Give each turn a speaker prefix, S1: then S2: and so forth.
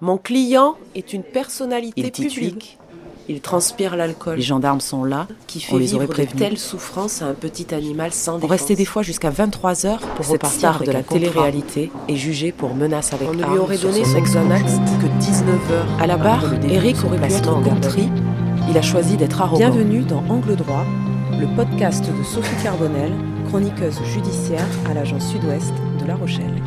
S1: Mon client est une personnalité
S2: Il titube.
S1: publique. Il transpire l'alcool.
S2: Les gendarmes sont là,
S1: qui fait
S2: on les aurait
S1: vivre de
S2: prévenus.
S1: telles souffrances à un petit animal sans
S2: On
S1: défense.
S2: restait des fois jusqu'à 23 heures pour
S1: Cette
S2: repartir
S1: star
S2: avec
S1: de la
S2: un contrat.
S1: télé-réalité
S2: et jugé pour menace avec
S1: On ne lui
S2: arme
S1: aurait
S2: sur
S1: donné
S2: son Ah,
S1: son Xanax
S2: ex-conjoint.
S1: que 19 heures.
S2: À la barre, Eric aurait pu être contrit. Il a choisi d'être hein, arrogant.
S3: Bienvenue dans Angle droit, le podcast de Sophie Carbonel, chroniqueuse judiciaire à l'agence sud-ouest de La Rochelle.